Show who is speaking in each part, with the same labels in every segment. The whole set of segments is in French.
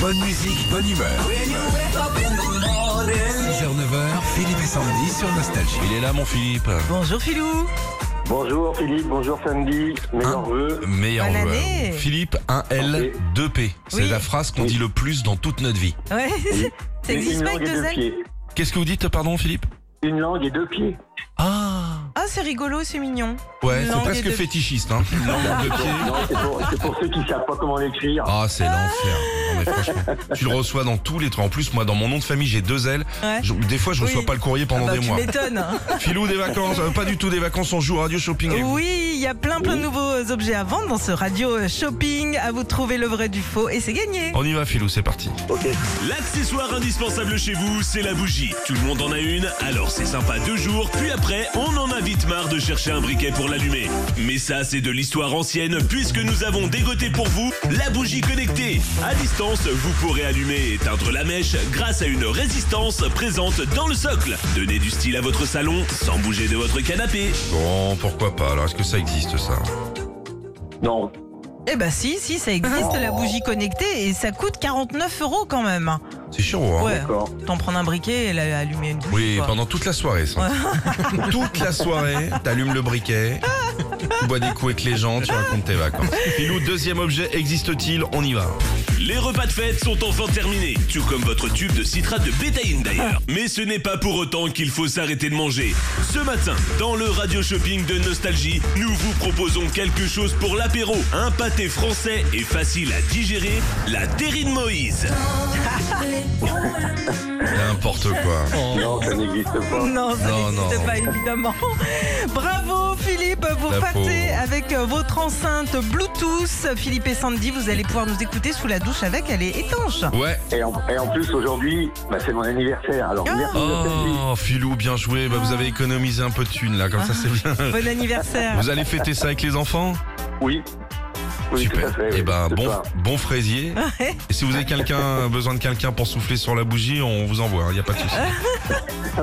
Speaker 1: Bonne musique, bonne humeur. 6h-9h, Philippe et Sandy sur Nostalgie.
Speaker 2: Il est là, mon Philippe.
Speaker 3: Bonjour Philou.
Speaker 4: Bonjour Philippe, bonjour Sandy,
Speaker 2: Hein
Speaker 4: meilleurs vœux.
Speaker 2: Meilleur
Speaker 3: Bonne
Speaker 2: joueur.
Speaker 3: année.
Speaker 2: Philippe, 1L, 2P. C'est
Speaker 3: Oui.
Speaker 2: la phrase qu'on
Speaker 4: Oui.
Speaker 2: dit le plus dans toute notre vie.
Speaker 3: Ouais, ça
Speaker 4: Une-
Speaker 3: existe
Speaker 4: une
Speaker 3: pas
Speaker 4: langue
Speaker 3: avec
Speaker 4: et
Speaker 3: deux
Speaker 4: deux
Speaker 3: ailes
Speaker 4: pieds.
Speaker 2: Qu'est-ce que vous dites, pardon, Philippe
Speaker 4: Une langue et deux pieds.
Speaker 2: Ah
Speaker 3: Ah, c'est rigolo, c'est mignon.
Speaker 2: Ouais,
Speaker 3: Une
Speaker 2: c'est
Speaker 3: langue et
Speaker 2: presque
Speaker 3: deux-
Speaker 2: fétichiste, hein. Une langue en deux pieds.
Speaker 4: Non, c'est pour, c'est pour ceux qui savent pas comment l'écrire.
Speaker 2: Ah, c'est l'enfer. Non, mais franchement, tu le reçois dans tous les trucs. En plus, moi, dans mon nom de famille, j'ai deux L.
Speaker 3: Ouais.
Speaker 2: Je- des fois, je reçois
Speaker 3: Oui.
Speaker 2: pas le courrier pendant
Speaker 3: Ah bah,
Speaker 2: des
Speaker 3: tu
Speaker 2: mois.
Speaker 3: m'étonnes. hein.
Speaker 2: Filou, des vacances. euh, pas du tout des vacances. On joue au radio shopping. avec vous.
Speaker 3: Oui, il y a plein plein de nouveaux euh, objets à vendre dans ce radio euh, shopping. À vous de trouver le vrai du faux et c'est gagné.
Speaker 2: On y va, Filou, c'est parti.
Speaker 5: L'accessoire indispensable chez vous, c'est la bougie. Tout le monde en a une, alors c'est sympa deux jours, puis après, on en a vite marre de chercher un briquet pour l'allumer. Mais ça, c'est de l'histoire ancienne, puisque nous avons dégoté pour vous la bougie connectée. À distance, vous pourrez allumer et éteindre la mèche grâce à une résistance présente dans le socle. Donnez du style à votre salon sans bouger de votre canapé.
Speaker 2: Bon, pourquoi pas Alors, est-ce que ça existe, ça
Speaker 4: Non.
Speaker 3: Eh bah si, si, ça existe la bougie connectée et ça coûte 49 euros quand même.
Speaker 2: C'est chiant, hein
Speaker 3: Ouais,
Speaker 4: D'accord.
Speaker 3: t'en prends un briquet et la- allumer une bougie.
Speaker 2: Oui,
Speaker 3: quoi.
Speaker 2: pendant toute la soirée, ça. toute la soirée, t'allumes le briquet, tu bois des coups avec les gens, tu racontes tes vacances. Pilou, deuxième objet, existe-t-il On y va.
Speaker 5: Les repas de fête sont enfin terminés, tout comme votre tube de citrate de bétaïne d'ailleurs. Mais ce n'est pas pour autant qu'il faut s'arrêter de manger. Ce matin, dans le radio shopping de Nostalgie, nous vous proposons quelque chose pour l'apéro. Un pâté français et facile à digérer, la terrine Moïse.
Speaker 2: N'importe quoi.
Speaker 4: Non, ça n'existe pas.
Speaker 3: Non, ça
Speaker 2: Non, non.
Speaker 3: n'existe pas évidemment. Bravo Philippe, vous
Speaker 2: La
Speaker 3: partez
Speaker 2: pauvre.
Speaker 3: avec euh, votre enceinte Bluetooth. Philippe et Sandy, vous allez pouvoir nous écouter sous la douche avec, elle est étanche.
Speaker 2: Ouais.
Speaker 4: Et en, et en plus, aujourd'hui, bah, c'est mon anniversaire. Alors,
Speaker 3: Ah.
Speaker 4: merci de Sandy.
Speaker 2: Oh, Filou, bien joué. Bah, vous avez économisé un peu de thunes, là, comme ça, c'est bien.
Speaker 3: Bon anniversaire.
Speaker 2: Vous allez fêter ça avec les enfants
Speaker 4: Oui. Oui, tout à
Speaker 2: Oh. Super.
Speaker 4: fait.
Speaker 2: Et
Speaker 4: oui,
Speaker 2: ben,
Speaker 4: ce
Speaker 2: bon,
Speaker 4: soir.
Speaker 2: bon fraisier.
Speaker 3: Ouais.
Speaker 2: Et si vous avez quelqu'un, besoin de quelqu'un pour souffler sur la bougie, on vous envoie, il n'y a pas de souci.
Speaker 4: Ok.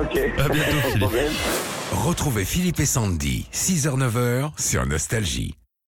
Speaker 2: À bientôt,
Speaker 4: Pas de
Speaker 2: Philippe.
Speaker 4: problème.
Speaker 1: Retrouvez Philippe et Sandy, 6h-9h sur Nostalgie.